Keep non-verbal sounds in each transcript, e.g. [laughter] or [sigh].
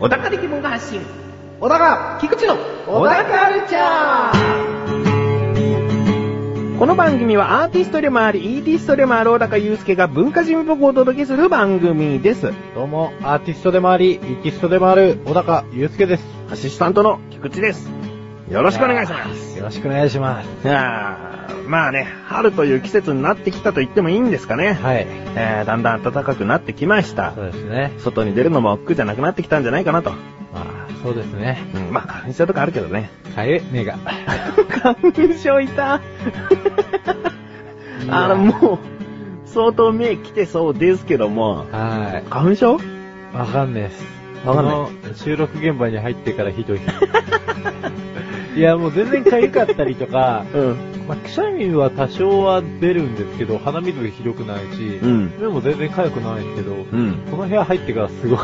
小高で疑問が発信。小高、菊池の小田カルチャこの番組はアーティストでもあり、イーティストでもある小高祐介が文化人っぽくお届けする番組です。ーどうも、アーティストでもあり、イキストでもある、小高祐介です。アシスタントの菊池です。よろしくお願いします。よろしくお願いし [laughs] ます。いやーまあね、春という季節になってきたと言ってもいいんですかね。はい。えー、だんだん暖かくなってきましたそ。うですね。外に出るのも億劫じゃなくなってきたんじゃないかなと。まあ、そうですね。うん、まあ、花粉症とかあるけどね。かゆい、目が。花粉症いた。あの、いやもう、相当目来てそうですけども。は花粉症い。わかんないです。わかんないこの収録現場に入ってから [laughs] ひどい。いや、もう全然かゆかったりとか、 [laughs] うん。まあ、くしゃみは多少は出るんですけど、鼻水がひどくないし、うん目も全然かゆくないんですけど、うん。この部屋入ってからすごいっ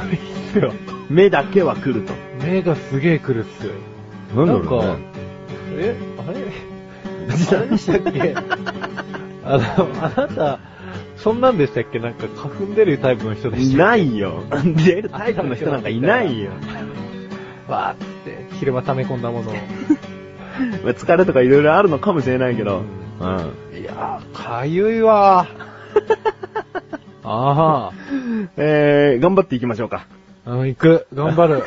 すよ。目だけは来ると。目がすげえくるっすよ。なんか、え、あれあれでしたっ [laughs] けあの、あなた、そんなんでしたっけなんか花粉出るタイプの人でしたっないよ。出るタイプの人なんかいないよ。けわーって、昼間溜め込んだものを。まあ疲れとかいろいろあるのかもしれないけど。うん。いやー、かゆいわー。 [laughs] あえー、頑張っていきましょうか。あ、うん、行く。頑張る。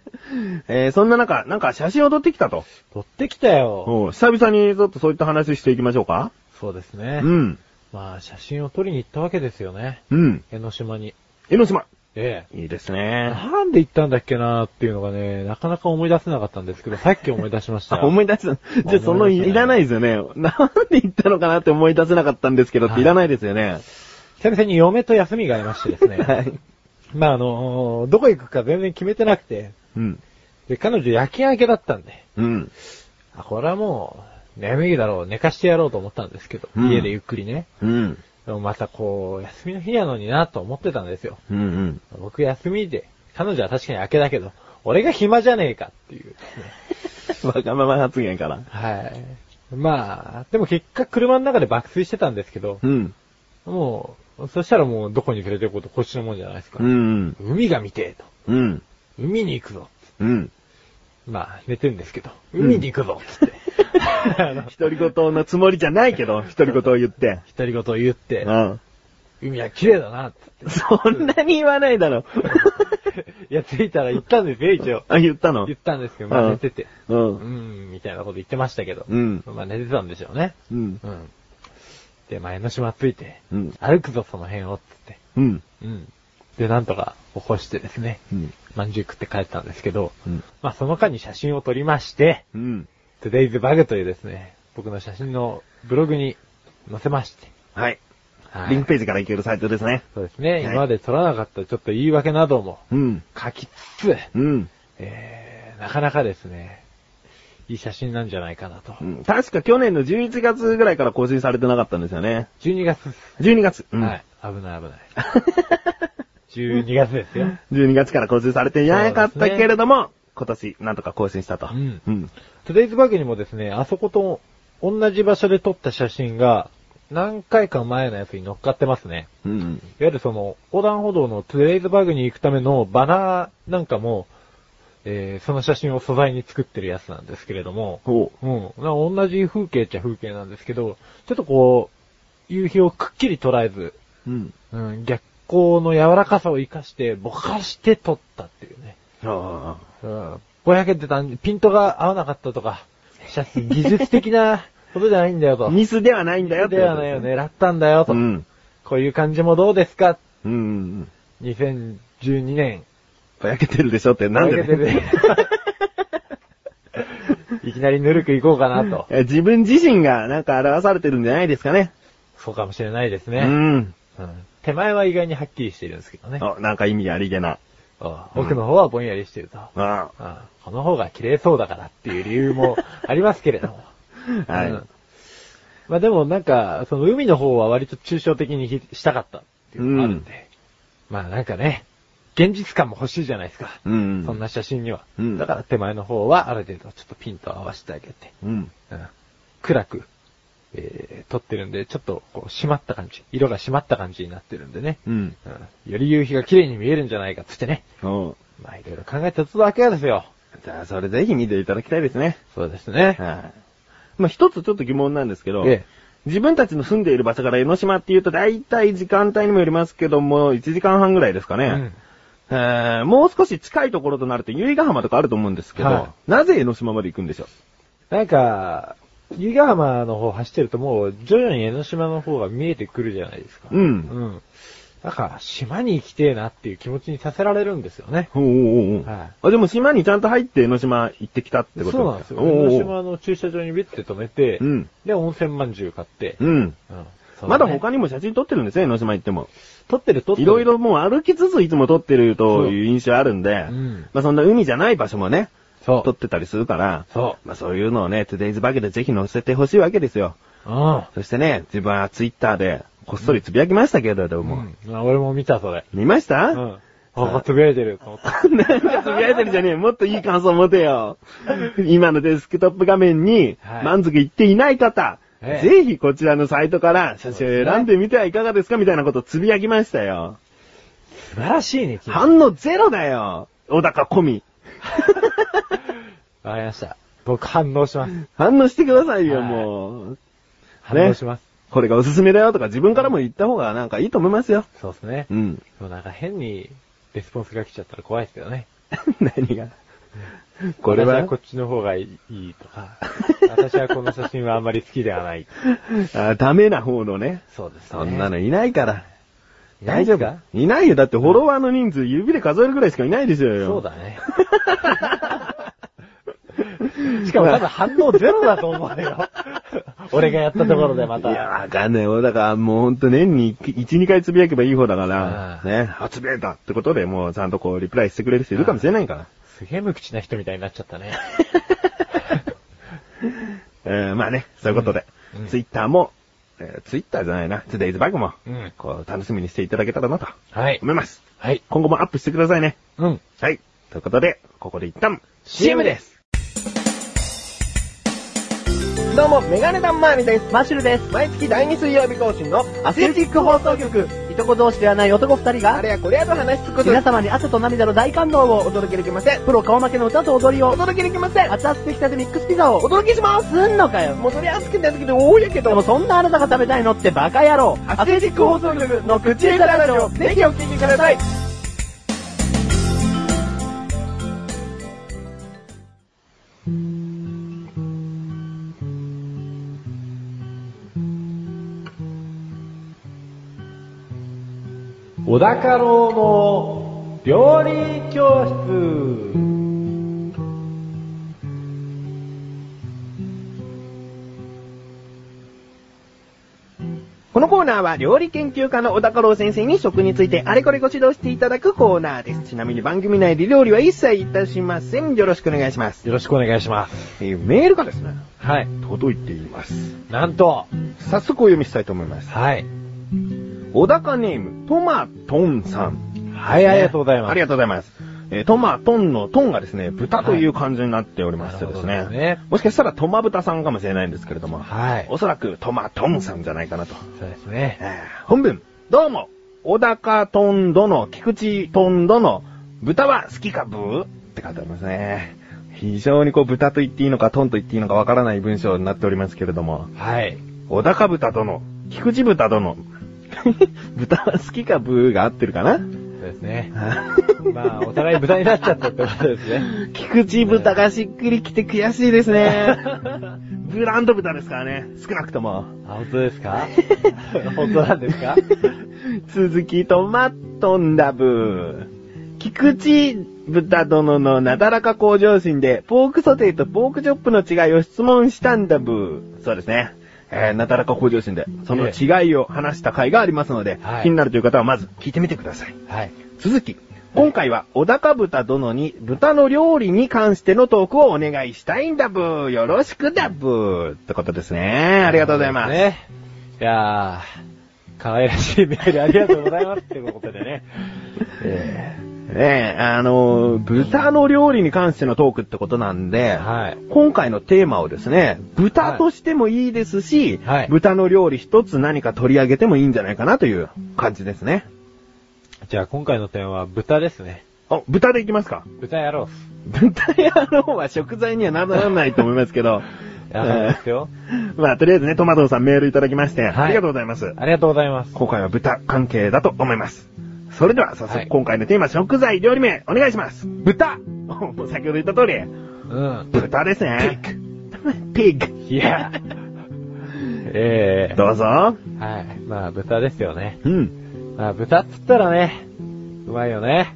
[laughs] えー、そんな中、なんか写真を撮ってきたと。取ってきたよ。おう久々にちょっとそういった話していきましょうか。そうですうね。ん。まあ、写真を撮りに行ったわけですよね。うん。江ノ島に。江ノ島。ええ。いいですね。なんで行ったんだっけなーっていうのがね、なかなか思い出せなかったんです [laughs] けど、さっき思い出しました。あ、思い出す。じゃあその、いらないですよね。 [laughs] なんで言ったのかなって思い出せなかったんですけどってはいいらないですよね。久々に嫁と休みがありましてですはね。い。まあ、あのーどこ行くか全然決めてなくて、うん。で、彼女夜勤明けだったんで、うん。あ、これはもう、眠いだろう、寝かしてやろうと思ったんですけど、うん家でゆっくりね。うん。でもまたこう、休みの日なのになと思ってたんですよ。うんうん。僕休みで、彼女は確かに明けだけど、俺が暇じゃねえかっていうです [laughs] ね。わがまま発言から。はい。まあ、でも結果車の中で爆睡してたんですけどう、ん。もう、そしたらもうどこに連れて行こうとこっちのもんじゃないですか。うん。海が見てえと。うん。海に行くぞ。 [laughs] うん。まあ、寝てるんですけど、うん海に行くぞつって。 [laughs] あの独り言のつもりじゃないけど、独り言を言 [laughs] って。独り言を言っうて、ん。海は綺麗だな、つっそんなに言わないだろ。て。い [laughs] や、着いたら行ったんですよ、一応。あ、言ったの言ったんですけど、まうあん寝てて、う。うんん、みたいなこと言ってましたけど、うんまあ寝てたんでしょうね。うん。うん。で、前の島着いて、うん歩くぞ、その辺を、つって。うん。うん。で、なんとか起こしてですね、うん。まんじゅう食って帰ったんですけど、うんまあその間に写真を撮りまして、うん。 Today's Bug というですね、僕の写真のブログに載せまして。はい。はリンクページから行けるサイトですね。そうですね、い今まで撮らなかったちょっと言い訳などもうん。書きつつ、うん。えー、なかなかですね、いい写真なんじゃないかなと。うん確か去年の11月ぐらいから更新されてなかったんですよね。 12月っす、 12月。うんはい。。危ない [laughs] 危ない。12月ですよ。 12月から更新されていなかったけれども、今年なんとか更新したと。うんうん。 Today's Bug にもですね、あそこと同じ場所で撮った写真が何回か前のやつに乗っかってますね。うん。いわゆるその、横断歩道のトゥレイズバグに行くためのバナーなんかも、えー、その写真を素材に作ってるやつなんですけれども、ほうん。なんか同じ風景っちゃ風景なんですけど、ちょっとこう、夕日をくっきり捉えず、う。うん。うん、逆光の柔らかさを生かして、ぼかして撮ったっていうね。あうん。ぼやけてたんピントが合わなかったとか、写真技術的なことじゃないんだよあ。 [laughs] と。ミスではないんだよってでことはないよ、ね。狙ったんだよと。うん。こういう感じもどうですかうんうん。 2012年。ぼやけてるでしょって、なんで、投げてね、ねいきなりぬるくいこうかなと。 [laughs] え自分自身がなんか表されてるんじゃないですかね。そうかもしれないですうね、ん。うん手前は意外にはっきりしているんですけどね。あ、なんか意味ありげな。うん奥の方はぼんやりしてると。あうんこの方が綺麗そうだからっていう理由もありますけれども。あはい。うんまあでもなんか、その海の方は割と抽象的にひしたかったっていうのもあるんで。まあなんかね、現実感も欲しいじゃないですか。うん。そん。な写真には。うんだから手前の方はある程度ちょっとピントを合わせてあげて。うん。うん暗く、えー、撮ってるんで、ちょっとこう、締まった感じ、色が締まった感じになってるんでね。うん。うん、より夕日が綺麗に見えるんじゃないかっつってね。うん。まあ、いろいろ考えたわけですよ。じゃあ、それぜひ見ていただきたいですね。そうですね。はい。まあ、一つちょっと疑問なんですけど、ええ自分たちの住んでいる場所から江ノ島っていうと、大体時間帯にもよりますけども、1時間半ぐらいですかね。うんえーもう少し近いところとなると、由比ヶ浜とかあると思うんですけど、はなぜ江ノ島まで行くんでしょなんか、湯ヶ浜の方走ってるともう徐々に江ノ島の方が見えてくるじゃないですか。うんうん。なんか、島に行きてえなっていう気持ちにさせられるんですよね。うおうおうおうはいあ、でも島にちゃんと入って江ノ島行ってきたってことそうなんですよ。おうおう江ノおう島の駐車場にビッて止めて、うんで、温泉まんじゅう買って、うん。うんまだ他ににも写真撮ってるんですよ、江ノ島行っても。撮ってる撮ってる。いろい。ろもう歩きつついつも撮ってるという印象あるんで、んまあそんな海じゃない場所もね、そう。撮ってたりするから、そうまあそういうのをね、today's bug でぜひ載せてほしいわけですよ。うん。そしてね、自分はツイッターでこっそりつぶやきましたけれども、うんあ俺も見た、それ。見ました、うん。あ、つぶやいてると思った。 [laughs] なんかつぶやいてるじゃねえ。もっといい感想持てよ。 [laughs] 今のデスクトップ画面にはい満足いっていない方、ええぜひこちらのサイトから写真を選んでみてはいかがですかみたいなことをつぶやきましたよ。素晴らしいね、君。わか反応ゼロだよ。小高込 [laughs] み。りました。僕反応します。反応してくださいよ、はいもう。反応します。これがおすすめだよとか自分からも言った方がなんかいいと思いますよ。そうですねう。ん。でもなんか変にレスポンスが来ちゃったら怖いですけどね。 [laughs] 何が。 [laughs] これは私こっちの方がいいいいと [laughs] か、私はこの写真はあんまり好きではない。あダメな方のね。そうですね。そんなのいないから。大大丈丈夫夫かいないよ。だってフォロワーの人数指で数えるぐらいしかいないでしょうよ。そう。だ [laughs] ね。しかも多分反応ゼロだと思う [laughs] よ。俺がやったところでまいや、た。わかんないよ。だからもうほんと年に1、2回つぶやけばいい方だかあら、あね、あ、つぶやいたってことでもうちゃんとこうリプライしてくれる人いるかもしれないから。すげえ無口な人みたいになっちゃったね。えー、まあね、そういうことでうんうん、ツイッターも、えー、ツイッターじゃないな、today's bug も、うんこう楽しみにしていただけたらなと [laughs] はい。思います。はい。今後もアップしてくださいね。うん。はい。ということで、ここで一旦、 CM ですどうも、メガネタンマーニです。マッシュルです。毎月第2水曜日更新のアスレチック放送局。いとこ同士ではない男二人あが、れやこれやと話しつくと皆様に汗と涙の大感動おを、届けできません。プロ顔負けの歌と踊りおを、届けできません。熱々できたてミックスピザを、お届けします。すんのかよ。もうそれ熱くなってきて大やけでもど。そんなあなたが食べたいのってバカ野郎。アスレチック放送局の口下手ラジオ、ぜひお聞きください。小高郎の料理教室このコーナーは料理研究家の小高郎先生に食についてあれこれご指導していただくコーナーです。ちなみに番組内で料理は一切いたしません。よろしくお願いします。よろしくお願いします。えーメールがですね、はい。届いています。なんと、早速お読みしたいと思います。はい。小高ネーム、トマトンさん。はい、ありがとうございます。ありがとうございます。えートマトンのトンがですね、豚という漢字になっておりましてですね。はいなるほどですねもしかしたらトマ豚さんかもしれないんですけれども、はい。おそらくトマトンさんじゃないかなと。そうですね。えー本文、どうも、小高トン殿、菊池トン殿、豚は好きかブーって書いてありますね。非常にこう豚と言っていいのかトンと言っていいのかわからない文章になっておりますけれども、はい。小高豚殿、菊池豚殿、 [laughs] 豚は好きかブーが合ってるかなそうです [laughs] ね。まあ、お互い豚になっちゃったってことですね。菊池豚がしっくりきて悔しいですね。 [laughs] ブランド豚ですからね、少なくとも。あ、本当です [laughs] か本当なんですか続き、トマトンダブ。菊池豚殿のなだらか向上心で、ポークソテーとポークチョップの違いを質問したんだブ。そうですね。えー、なだらか向上心で、その違いを話した回がありますので、はい気になるという方はまず聞いてみてください。はい。続き、今回は小高豚殿に豚の料理に関してのトークをお願いしたいんだブー。よろしくだブー。ってことですね。ありがとうございます。ね。いやー、可愛らしいメールありがとうございますってことでね。えーねえ、あの、豚の料理に関してのトークってことなんで、はい。今回のテーマをですね、豚としてもいいですし、はいはい豚の料理一つ何か取り上げてもいいんじゃないかなという感じですね。じゃあ今回の点は豚ですね。あ、豚でいきますか。豚やろうっす。豚野郎は食材にはならないと思いますけ [laughs] ど、やろうですよ。まあとりあえずね、トマトさんメールいただきまして、いありがとうございます。ありがとうございます。今回は豚関係だと思います。それでは早は速い今回のテーマ、食材料理名お願いします。豚お [laughs] もう先ほど言った通り、うん。豚ですね。ピッグ。いや。ええどうぞ。はい。まあ豚ですよね。うん。まあ豚っつったらね、うまいよね。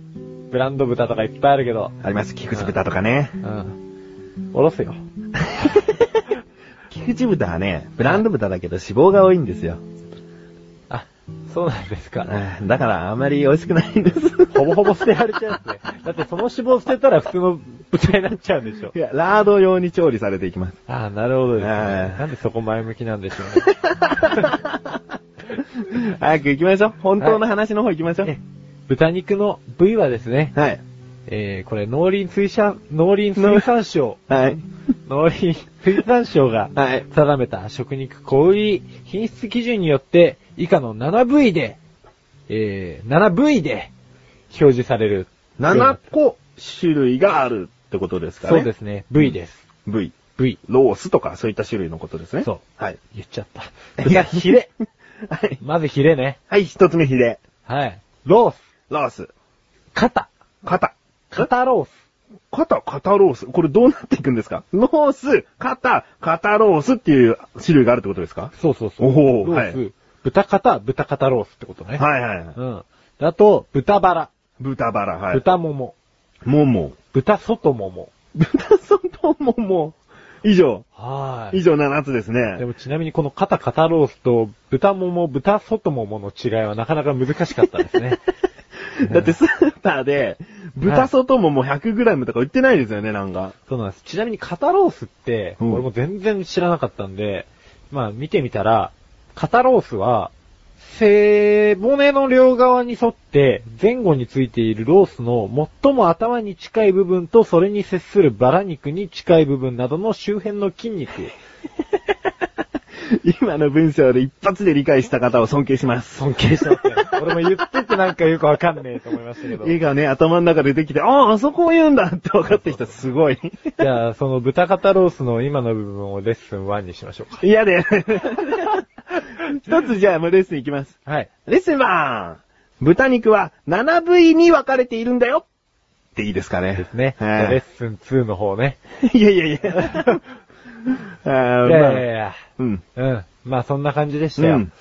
ブランド豚とかいっぱいあるけど。あります。菊池豚とかねう。ん。おろすよ。 [laughs] 菊池豚はね、ブランド豚だけど脂肪が多いんですよ。あ、そうなんですか。うんだからあまり美味しくないんです。ほぼほぼ捨てられちゃうんですね。だってその脂肪捨てたら普通の豚になっちゃうんでしょ [laughs] い。や、ラード用に調理されていきます。ああ、なるほどですね。はいなんでそこ前向きなんでしょうね。早く行きましょう。本当の話の方行きましょうえ。豚肉の部位はですね、はい。えー、これ農林水産、農林水産省、はい。 [laughs] 農林水産省がはい。定めた食肉小売品質基準によって、以下の 7V で、えー、7V で表示される。 7個種類があるってことですかね。そうですね。V です。す。部位。 V。ロースとかそういった種類のことですね。そう。はい。言っちゃった。豚ヒ [laughs] レ。はい。まずヒレね。はい、一つ目ヒレ。はい。ロース。ロース。肩。肩。肩ロース。肩、肩ロース。これどうなっていくんですかロース、肩、肩ロースっていう種類があるってことですかそうそうそう。おーロース、は豚肩、豚肩ロースってことね。はいはいはい。うん。あと、豚バラ、豚バラ、はい。豚もも、もも。豚外もも。 [laughs] 豚さんともも。以上。は以上7つですでね。もちなみにこの肩肩ロースと豚もも、豚外ももの違いはなかなか難しかったで [laughs] すね。 [laughs] だってスーパーで、豚外もも 100g とか売ってないですよね、なん [laughs] か。そうなんです。ちなみに肩ロースって、うん俺も全然知らなかったんで、まあ見てみたら、肩ロースは、背骨の両側に沿って前後についているロースの最も頭に近い部分とそれに接するバラ肉に近い部分などの周辺の筋肉。今の文章で一発で理解した方を [laughs] 尊敬します。尊敬しちゃったよ。 [laughs] 俺も言っててなんかよくわかんねえと思いましたけど。絵がね、頭の中でできて、ああ、あそこを言うんだって分かってきた。すごい。じゃあ、その豚肩ロースの今の部分をレッスン1にしましょうか。嫌で。一つじゃあ、もうレッスンいきます。はい。レッスンは豚肉は 7V に分かれているんだよっていいですかね。ですね。じゃあレッはスン2の方ね。い、いやいやいや。あいーやいまあやいや。うん。うん。まあそんな感じでしたうよ。ん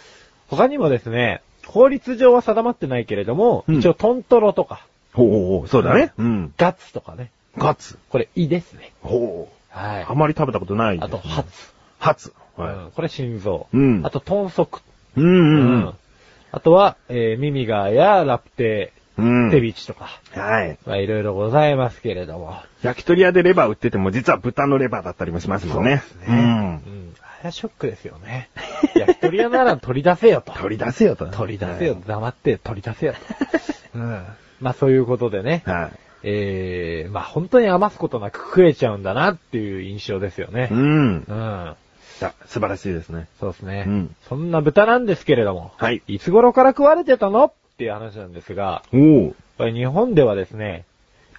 他にもですね、法律上は定まってないけれども、うん一応トントロとか、ほうほうほう、そうだね。うん。ガッツとかね。ガツ。これ、胃ですね。ほう。はいあ。まり食べたことない。あと、、ハツ。ハツ。うはんこれ、心臓。うんあと、豚足。い。うんううんんあとは、えー、ミミガーやラプテうん。うー、ん。テ。ビチとか、はい。まあいろいろございますけれども。焼き鳥屋でレバー売ってても、実は豚のレバーだったりもしますもんね。そうですね。うん。あれはショックですよね。焼き鳥屋なら取り出せよとうん。。 [laughs] 取り出せよと。取り出せよ。黙って取り出せよと。うん。まあそういうことでね。はい。えー、まあ本当に余すことなく食えちゃうんだなっていう印象ですようね。 [laughs] ん。うん。いや素晴らしいですね。そうですね。うんそんな豚なんですけれども。はいいつ頃から食われてたのっていう話なんですが、おお。これ日本ではですね、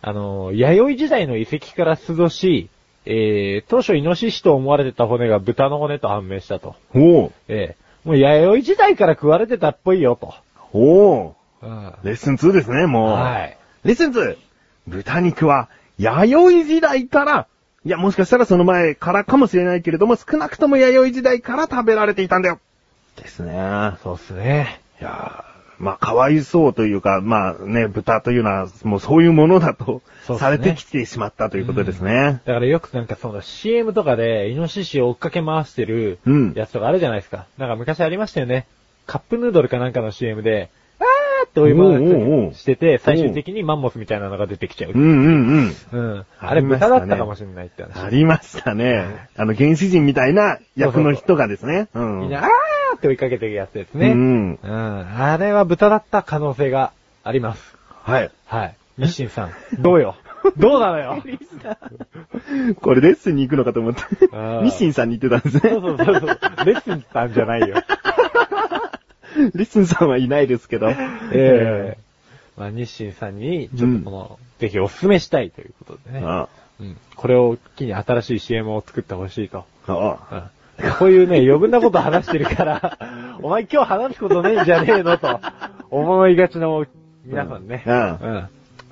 あの、弥生時代の遺跡から出土し、えー、当初イノシシと思われてた骨が豚の骨と判明したと。おお。ええもう弥生時代から食われてたっぽいよと。おお。うんレッスン2ですね、もう。はい。レッスン 2! 豚肉は、弥生時代から、いや、もしかしたらその前からかもしれないけれども、少なくとも弥生時代から食べられていたんだよ。ですね。いやそうっすね。ーまあ、かわいそうというか、まあね、豚というのは、もうそういうものだと、そうですねされてきてしまったということですね。だからよくなんかその CM とかでイノシシを追っかけ回してるうんやつとかあるじゃないですか。なんか昔ありましたよね。カップヌードルかなんかの CM で、あーって追いおうおうお回うししてて、最終的にマンモスみたいなのが出てきちゃうう。んうんうん。うん。ああれりましたね豚だったかもしれないって話。ありましたね。あの、原始人みたいな役の人がですね。うん。みんな、あーって追いかけてるやつですうね。ん。うん。あれは豚だった可能性があります。はい。はい。日清さん。どうよ。どうなのよ。これレッスンに行くのかと思ったあ。ーミシンさんに言ってたんですそうね。そうそうそう。レッスンさんじゃない [laughs] よ。レッスンさんはいないですけど。ええまあ、日清さんに、ちょっとこの、ぜひお勧めしたいということでね。あうん。これを機に新しい CM を作ってほしいと。あああうん。こういうね、余分なこと話してる [laughs] から、お前今日話すことねえんじゃねえのと、思いがちの皆さんね。うんうん。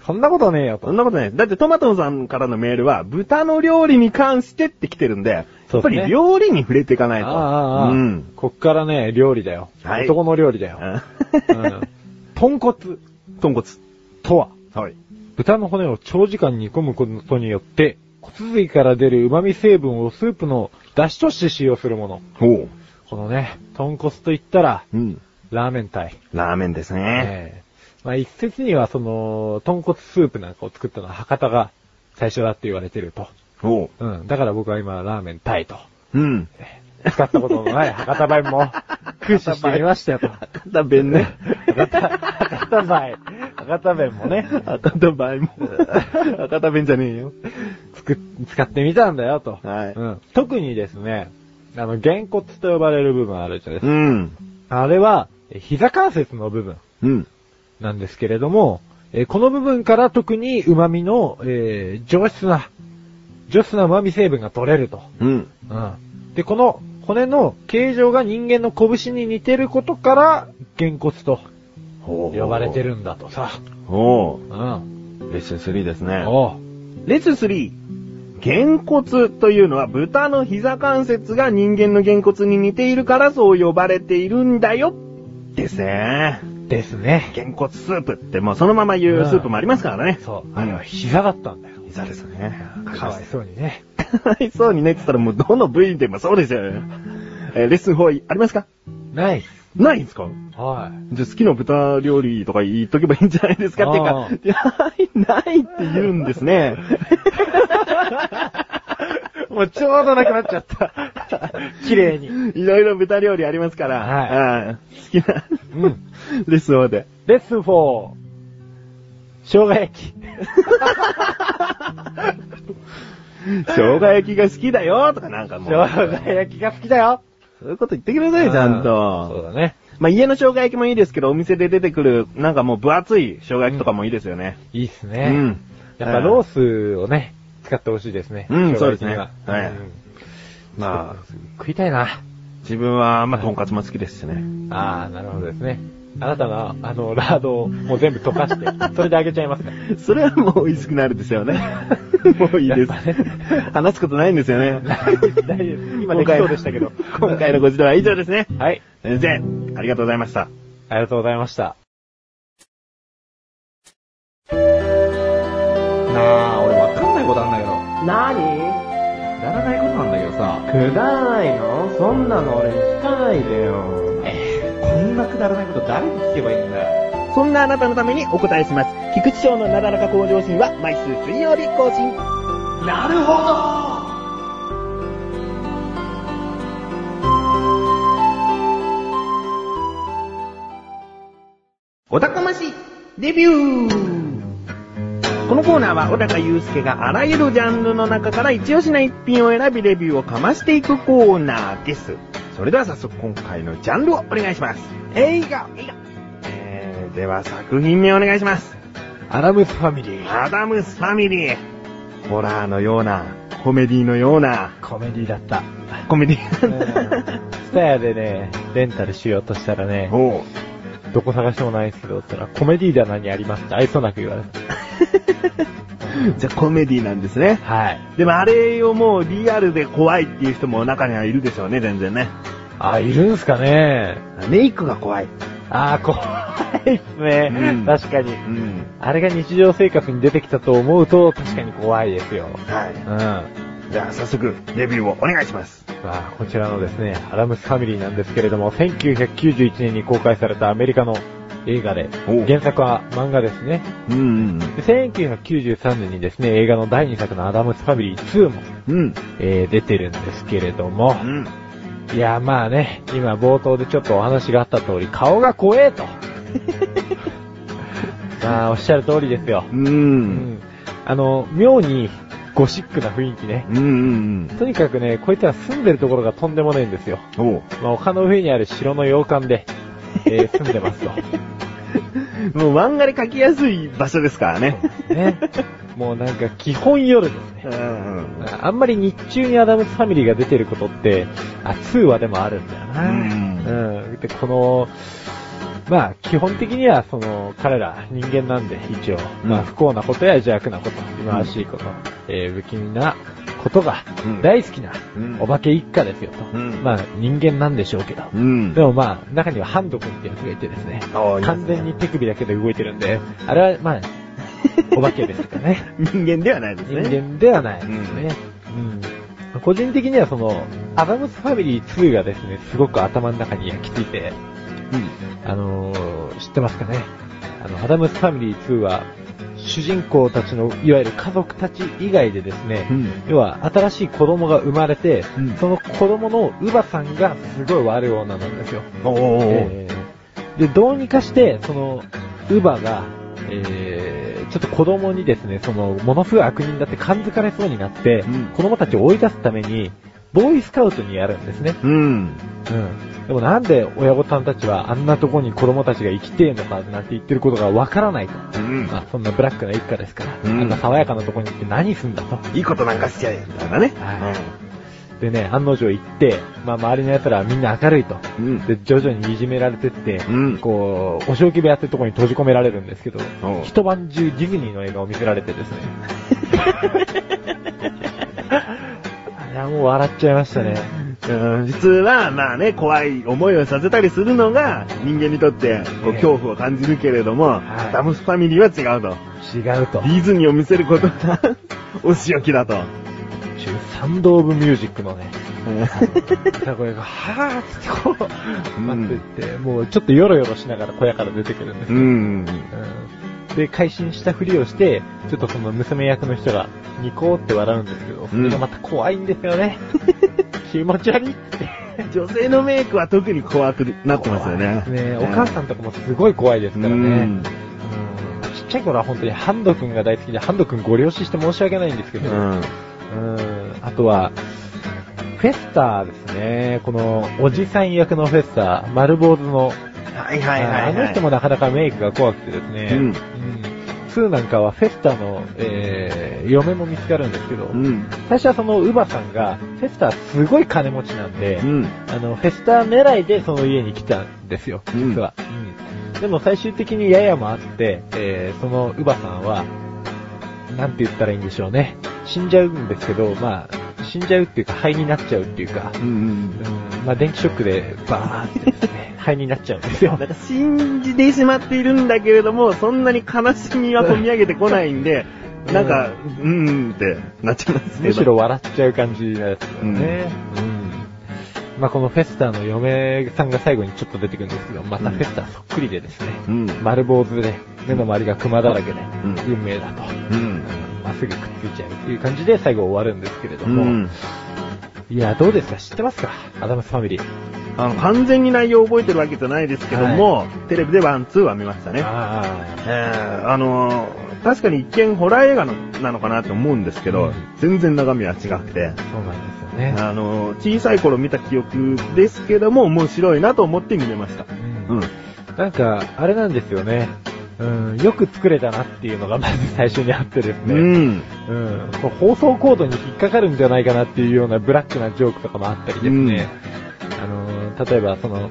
そんなことねえよそとん。なことない。だってトマトさんからのメールは、豚の料理に関してって来てるんで、やそうっぱですねり料理に触れていかないあと。あああ、ああうん。こっからね、料理だよ。はい男の料理だよ。うん。 [laughs] 豚骨豚骨。とは、はい。豚の骨を長時間煮込むことによって、骨髄から出る旨味成分をスープの出汁として使用するもの。ほう。このね、豚骨といったら、うん。ラーメン体。ラーメンですね。ええまあ一説にはその、豚骨スープなんかを作ったのは博多が最初だって言われてると。ほうん。だから僕は今、ラーメンタイと。う。うん。使ったことのない博多弁 [laughs] も、駆使してみましたよと。博多弁ね。博多、博多弁。博多弁もね、博多弁も。 [laughs] 博多弁じゃねえよ。作っ、使ってみたんだよと。はいうん。特にですね、あの、げんこつと呼ばれる部分あるじゃないですか。ん。あれは、膝関節の部分。うん。なんですけれども、えーこの部分から特に旨味の、えー上質な、上質な旨味成分が取れると。うん。うん。で、この骨の形状が人間の拳に似てることから、原骨とほ呼ばれて。るんだとさ。ほうん。う。レッスン3ですね。おうレッスン3。原骨というのは豚の膝関節が人間の原骨に似ているからそう呼ばれているんだよ。ですね。ですね。原骨スープってもうそのまま言うスープもありますからね。そう。ああれれはは膝だったんだよ。膝ですね。かわいそうにね。かわいそうにねって言ったらもうどの部位でもそうですよ。えーレッスン4ありますかナイス。ないんですかはい。じゃあ好きな豚料理とか言っとけばいいんじゃないですかっていうあかーいや、ないって言うんですね。もう [laughs] ちょうどなくなっちゃった。綺麗に。う [laughs] いろいろ豚料理ありますから、ははい、好きな、ん。レッスン4で。レッスン4。生姜焼き。生姜焼きが好きだよとかなんかも生姜う、焼きが好きだよ。そういうこと言ってください、ちゃんそうと。だね。まあ、家の生姜焼きもいいですけど、お店で出てくる、なんかもう分厚い生姜焼きとかもいいですよね。いいっすうね。ん。やっぱロースをね、使ってほしいですね。うん生姜焼きにそうですねはいんまあ、食いたいな。自分は、まあ、とんかつも好きですしね。ああ、なるほどですね。あなたの、あの、ラードをもう全部溶 [laughs] かして、それで揚げちゃいますか。それはもう美味しくなるですよね。もういいです。話すことないんですよね。 [laughs] 大丈夫です。今できそうでしたけど。今回のご指導は以上ですね。はい。先生、ありがとうございました。ありがとうございました。なあ、俺わかんないことあんだけど。なにくだらないことなんだけどさ。くだらないのそんなの俺に聞かないでよ。こんなくだらないこと誰に聞けばいいんだよ。そんなあなたのためにお答えします。菊池賞のなだらか向上心は毎週水曜日更新。なるほどおたこましデビューこのコーナーは小高祐介があらゆるジャンルの中から一押しな一品を選びレビューをかましていくコーナーです。それでは早速今回のジャンルをお願いします。映画映画えー、では作品名お願いします。アラムスファミリー。アダムスファミリー。ホラーのような、コメディのような、コメディだった。コメディ。 [laughs] スタヤでね、レンタルしようとしたらね、おうどこ探してもないんですけど、って言ったら、コメディ棚にありますって愛想なく言われた。じゃあコメディなんですね。はい。でもあれをもうリアルで怖いっていう人も中にはいるでしょうね、全然ね。あ、いるんすかねメイクが怖い。あー、怖いっすね。うん確かに。うん。あれが日常生活に出てきたと思うと、確かに怖いですよ。はいうん。。まじゃあ早速、レビューをお願いします。あ、こちらのですね、アラムスファミリーなんですけれども、1991年に公開されたアメリカの映画でお、原作は漫画ですね。うん。で1993年にですね、映画の第2作のアダムスファミリー2も、うん。えー出てるんですけれども、うん。いや、まあね、 [laughs] 今冒頭でちょっとお話があった通り、顔が怖えと。まあ、おっしゃる通りですよ。う。うんん。あの、妙にゴシックな雰囲気ね。うんうんとにかくね、こいつは住んでるところがとんでもないんですよ。うん。おうまあ、丘の上にある城の洋館で、えー住んでま [laughs] すと。もう漫画で描きやすい場所ですからね。ね。もうなんか基本夜ですね。うん。あんまり日中にアダムスファミリーが出てることって、あ、通話でもあるんだよな。うん。で、この、まあ、基本的には、その、彼ら人間なんで、一応、うんまあ、不幸なことや邪悪なこと、忌まわしいこと、えー、不気味なことがうん、大好きなうん、お化け一家ですよと。うんまあ、人間なんでしょうけど。うんで。もまあ、中にはハンド君ってやつがいてですね、ああいいですね完全に手首だけで動いてるんで、あれはま [laughs] あ、お化けですかね。人間ではないです人ね。間ではないですね。うん個人的にはその、アダムスファミリー2がですね、すごく頭の中に焼き付いて、あのー、知ってますかねあの、アダムスファミリー2は、主人公たちの、いわゆる家族たち以外でですね、うん要は新しい子供が生まれて、うんその子供の乳母さんがすごい悪い女なんですよ。おうおうおうえーで、どうにかして、その、乳母が、えー、ちょっと子供にですね、その、ものすごい悪人だって感づかれそうになって、うん子供たちを追い出すために、ボーイスカウトにやるんですね。うん。うん。でもなんで親御さんたちはあんなとこに子供たちが生きてえのかなんて言ってることがわからないと。うんまあ、そんなブラックな一家ですから、うんあんな爽やかなとこに行って何すんだと。いいことなんかしちゃえ、みたいなね。はいでね、案の定行って、まあ周りの奴らはみんな明るいと。うんで、徐々にいじめられてって、うんこう、お仕置き部屋ってとこに閉じ込められるんですけどおう、一晩中ディズニーの映画を見せられてですね。 [laughs] いや、もう笑っちゃいましたね。うん普通は、まあね、怖い思いをさせたりするのが、人間にとって、こう、ええ恐怖を感じるけれども、いアダムスファミリーは違うと。違うとデ。ィズニーを見せることが、 [laughs] お仕置きだと。サンドオブミュージックのね、歌声が、はーってこうう、ん待ってって、もうちょっとヨロヨロしながら小屋から出てくるんですうよん。うんで、会心したふりをして、ちょっとその娘役の人が、ニコーって笑うんですけど、それがまた怖いんですよ [laughs] ね。気持ち悪いって。女性のメイクは特に怖くなってますよね。怖いですねお母さんとかもすごい怖いですうからね。ん。うんちっちゃい頃は本当にハンド君が大好きで、ハンド君ご了承して申し訳ないんですけうど、ん。うんあとは、フェスタですね。この、おじさん役のフェスタ、丸坊主の、はいはいはい、はい。あの人もなかなかメイクが怖くてですね、うんうんツーなんかはフェスタの、えー、嫁も見つかるんですけど、うん。最初はそのウバさんが、フェスタすごい金持ちなんで、うん。あの、フェスタ狙いでその家に来たんですよ、うん実は。でも最終的にややもあって、えー、そのウバさんは、なんて言ったらいいんでしょうね。死んじゃうんですけど、まあ、死んじゃうっていうか、肺になっちゃうっていうか、うん。うん、まあ、電気ショックでバーってですね、肺になっちゃうんですよ [laughs] なん。か信じてしまっているんだけれども、そんなに悲しみは込み上げてこないん [laughs] で、うんなんか、うん、うんってなっちゃいますけど。むしろ笑っちゃう感じのやつだよね。うん。まあ、このフェスタの嫁さんが最後にちょっと出てくるんですけど、またフェスタそっくりでですね、うん。丸坊主で、目の周りがクマだらけで、ん運命だと、うん。まっすぐくっついちゃうっていう感じで最後終わるんですけれどうも、ん。いや、どうですか知ってますかアダムスファミリー。あの、完全に内容を覚えてるわけじゃないですけども、テレビでワン、ツーは見ましたね。あえー、あのー確かに一見ホラー映画のなのかなって思うんですけど、うん全然中身は違くて、あ、そうなんですよね。あのー小さい頃見た記憶ですけども、面白いなと思って見れました。ううんん。なんか、あれなんですよね。うん、よく作れたなっていうのがまず最初にあってですね。うん。うん、こう放送コードに引っかかるんじゃないかなっていうようなブラックなジョークとかもあったりですね。あのー、例えばその、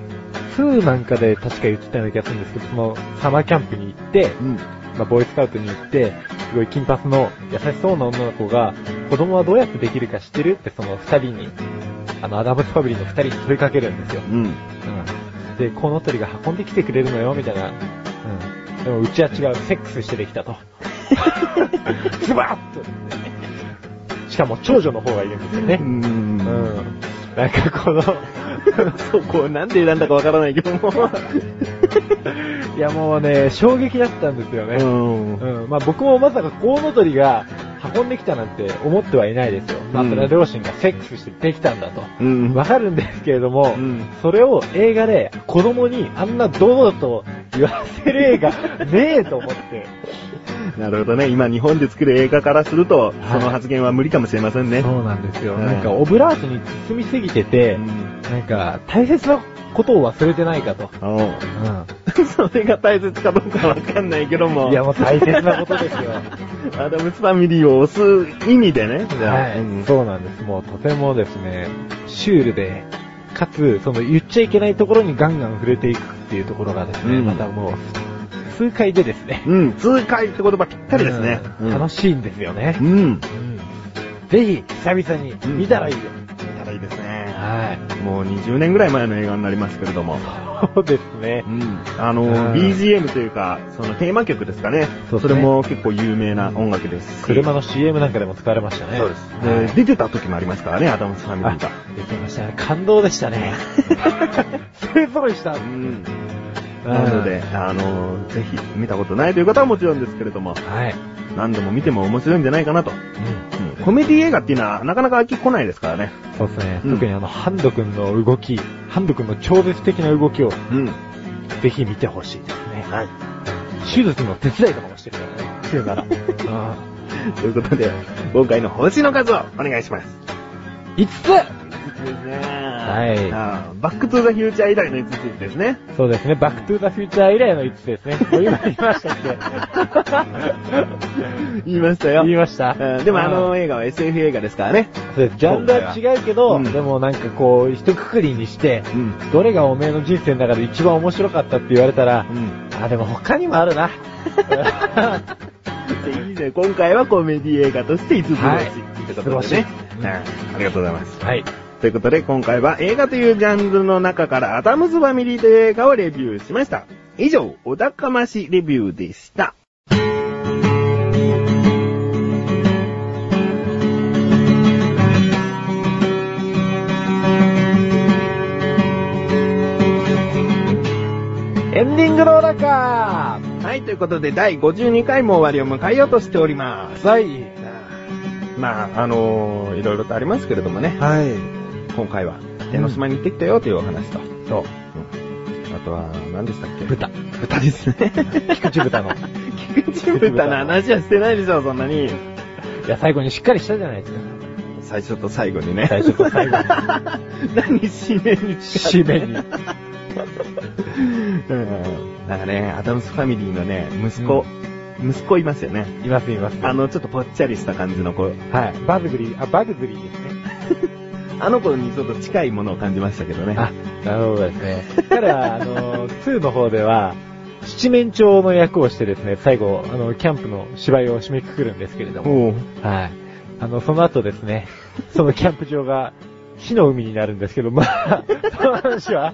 ツーなんかで確か言ってたような気がするんですけど、その、サマーキャンプに行って、うん。まあ、ボーイスカウトに行って、すごい金髪の優しそうな女の子が、子供はどうやってできるか知ってるってその二人に、あの、アダムスファミリーの二人に問いかけるんですよ。うん。うん。で、コウノトリが運んできてくれるのよ、みたいな。うん。でも、うちは違う、セックスしてできた [laughs] と。ズバッと、しかも、長女の方がいるんですよね。ううんん。なんか、この、そこなんで選んだかわからないけども。いや、もうね、衝撃だったんですよね。うん。うん、まあ僕もまさかコウノトリが運んできたなんて思ってはいないですよ。まあそれは両親がセックスしてできたんだと。うん。わかるんですけれども、うんそれを映画で子供にあんな堂々と言わせる映画ねえと思って。なるほどね。今日本で作る映画からすると、いその発言は無理かもしれませんね。そうなんですよ。うんなんかオブラートに包みすぎてて、うんなんか大切なことを忘れてないかと。あの [laughs] それが大切かどうかわかんないけども。いやもう大切なこ [laughs] とですよ。はアダムスファミリーを押す意味でね。じゃあうんい。そうなんです。もうとてもですね、シュールで、かつ、その言っちゃいけないところにガンガン触れていくっていうところがですね、うんまたもう、数回でですね。うん、痛快って言葉ぴったりですね。うん楽ししいんですよね。うん。ぜひ、久々に見たらいいよ。たらいいですね。はい。もう20年ぐらい前の映画になりますけれども。そうですね。うん。あの、うん BGM というか、そのテーマ曲ですかね。そうですねれも結構有名な音楽ですし。車の CM なんかでも使われましたね。そうです。はいで、出てた時もありますからね、アダムスファミリあーが。、できましたね。感動でした [laughs] ね。勢ぞろいした。うん。なので、あの、ぜひ見たことないという方はもちろんですけれども、はい。何度も見ても面白いんじゃないかなと。うんコメディ映画っていうのはなかなか飽き来ないですからね。そうですね。うん特にあの、ハンド君の動き、ハンド君の超絶的な動きを、うん。 [laughs] ぜひ見てほしいですね。はい。手術の手伝いとかもしてるからね。そうなら。ということで、今回の星の数をお願いします。 5つはいあーバックトゥーザフューチャー以来の5つですね。そうですね。バックトゥーザフューチャー以来の5つですね。もう今言いましたっけ [laughs] 言いましたよ。言いましたうんでもあの映画は SF 映画ですからね。そうですジャンルは違うけど、そうだようんでもなんかこう、一括りにして、うんどれがおめえの人生の中で一番面白かったって言われたら、うん。あ、でも他にもある [laughs] な。でいいね。今回はコメディ映画として5つ星。はいということでね。五つ星うんありがとうございます。はい。ということで、今回は映画というジャンルの中からアダムズファミリーという映画をレビューしました。以上、お高ましレビューでした。エンディングローラーかはい、ということで、第52回も終わりを迎えようとしております。はい。まあ、あのーいろいろとありますけれどもね、はい。今回は、江ノ島に行ってきたよというお話と、そう。うんあとは、何でしたっけ豚。豚ですね。菊池豚の。い菊池豚の話はしてないでしょ、そんなに。や、最後にしっかりしたじゃないですか。最初と最後にね。最初と最後に。何締めに使う締めに。うん [laughs] なんかね、アダムスファミリーのね、息子、息子いますよね。いますいます。あの、ちょっとぽっちゃりした感じの子。はい。バズグリー、あ、バグズリーですね。あの子にちょっと近いものを感じましたけどね。あ、なるほどですね。ただ、あの、2の方では、七面鳥の役をしてですね、最後、あの、キャンプの芝居を締めくくるんですけれども、もう、はい。あの、その後ですね、 [laughs] そのキャンプ場が、火の海になるんですけど、まあ、 [laughs] その話は、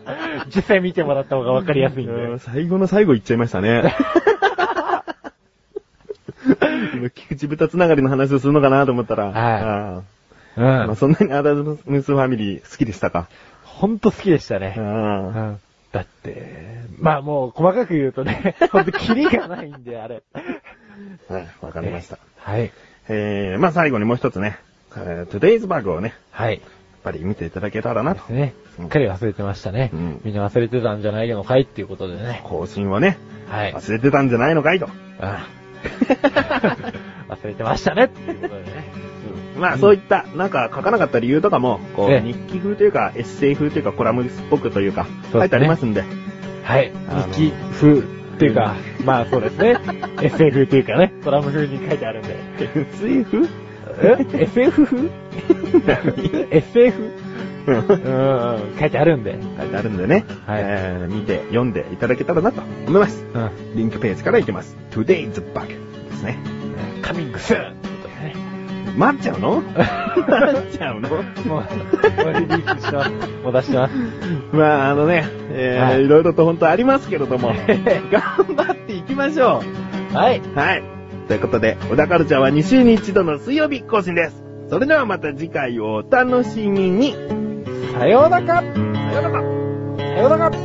実際見てもらった方がわかりやすいんで。うん最後の最後言っちゃいました [laughs] ね。今菊池豚つながりの話をするのかなと思ったら、はいうあーまあん。そんなにアダムスファミリー好きでしたか。ほんと好きでしたね。うあん。だって、まあもう細かく言うとね、 [laughs] ほんとキリがないんで、あれ。ーはい、わかりました。はい。えー、まあ最後にもう一つね、えー、Today's Bug をね、はい。やっぱり見ていただけたらなでとす。ね。すっかり忘れてましたね。うんみんな忘れてたんじゃないのかいっていうことでね。更新をね、はい。忘れてたんじゃないのかいと。 [laughs] ああ忘れてましたねっていうことでね。まあそういった、なんか書かなかった理由とかも、こう、ええ日記風というか、エッセイ風というか、コラムっぽくというか、そうですね書いてありますんで。 [laughs] はいあの。日記風っていうか、まあそうです [laughs] ね。SF っていうかね、コラム風に書いてあるんで。 SF? え ?SF 風 ?SF? うーん、書いてあるんで。書いてあるんでね、はいえー見て、読んでいただけたらなと思います。うん。リンクページからいきます。Today's Bug ですね。カミングスーンってことでね。待っちゃうの待っちゃうの [laughs] もう、もうリリースしてます。もう出してます。 [laughs] まあ、あのね、えーはいいろいろと本当ありますけれ [laughs] ども、えへ頑張っていきましょはい。う。はい。ということで、小田カルチャーは2週に1度の水曜日更新です。それではまた次回をお楽しみに。さようなら。さようなら。さようなら。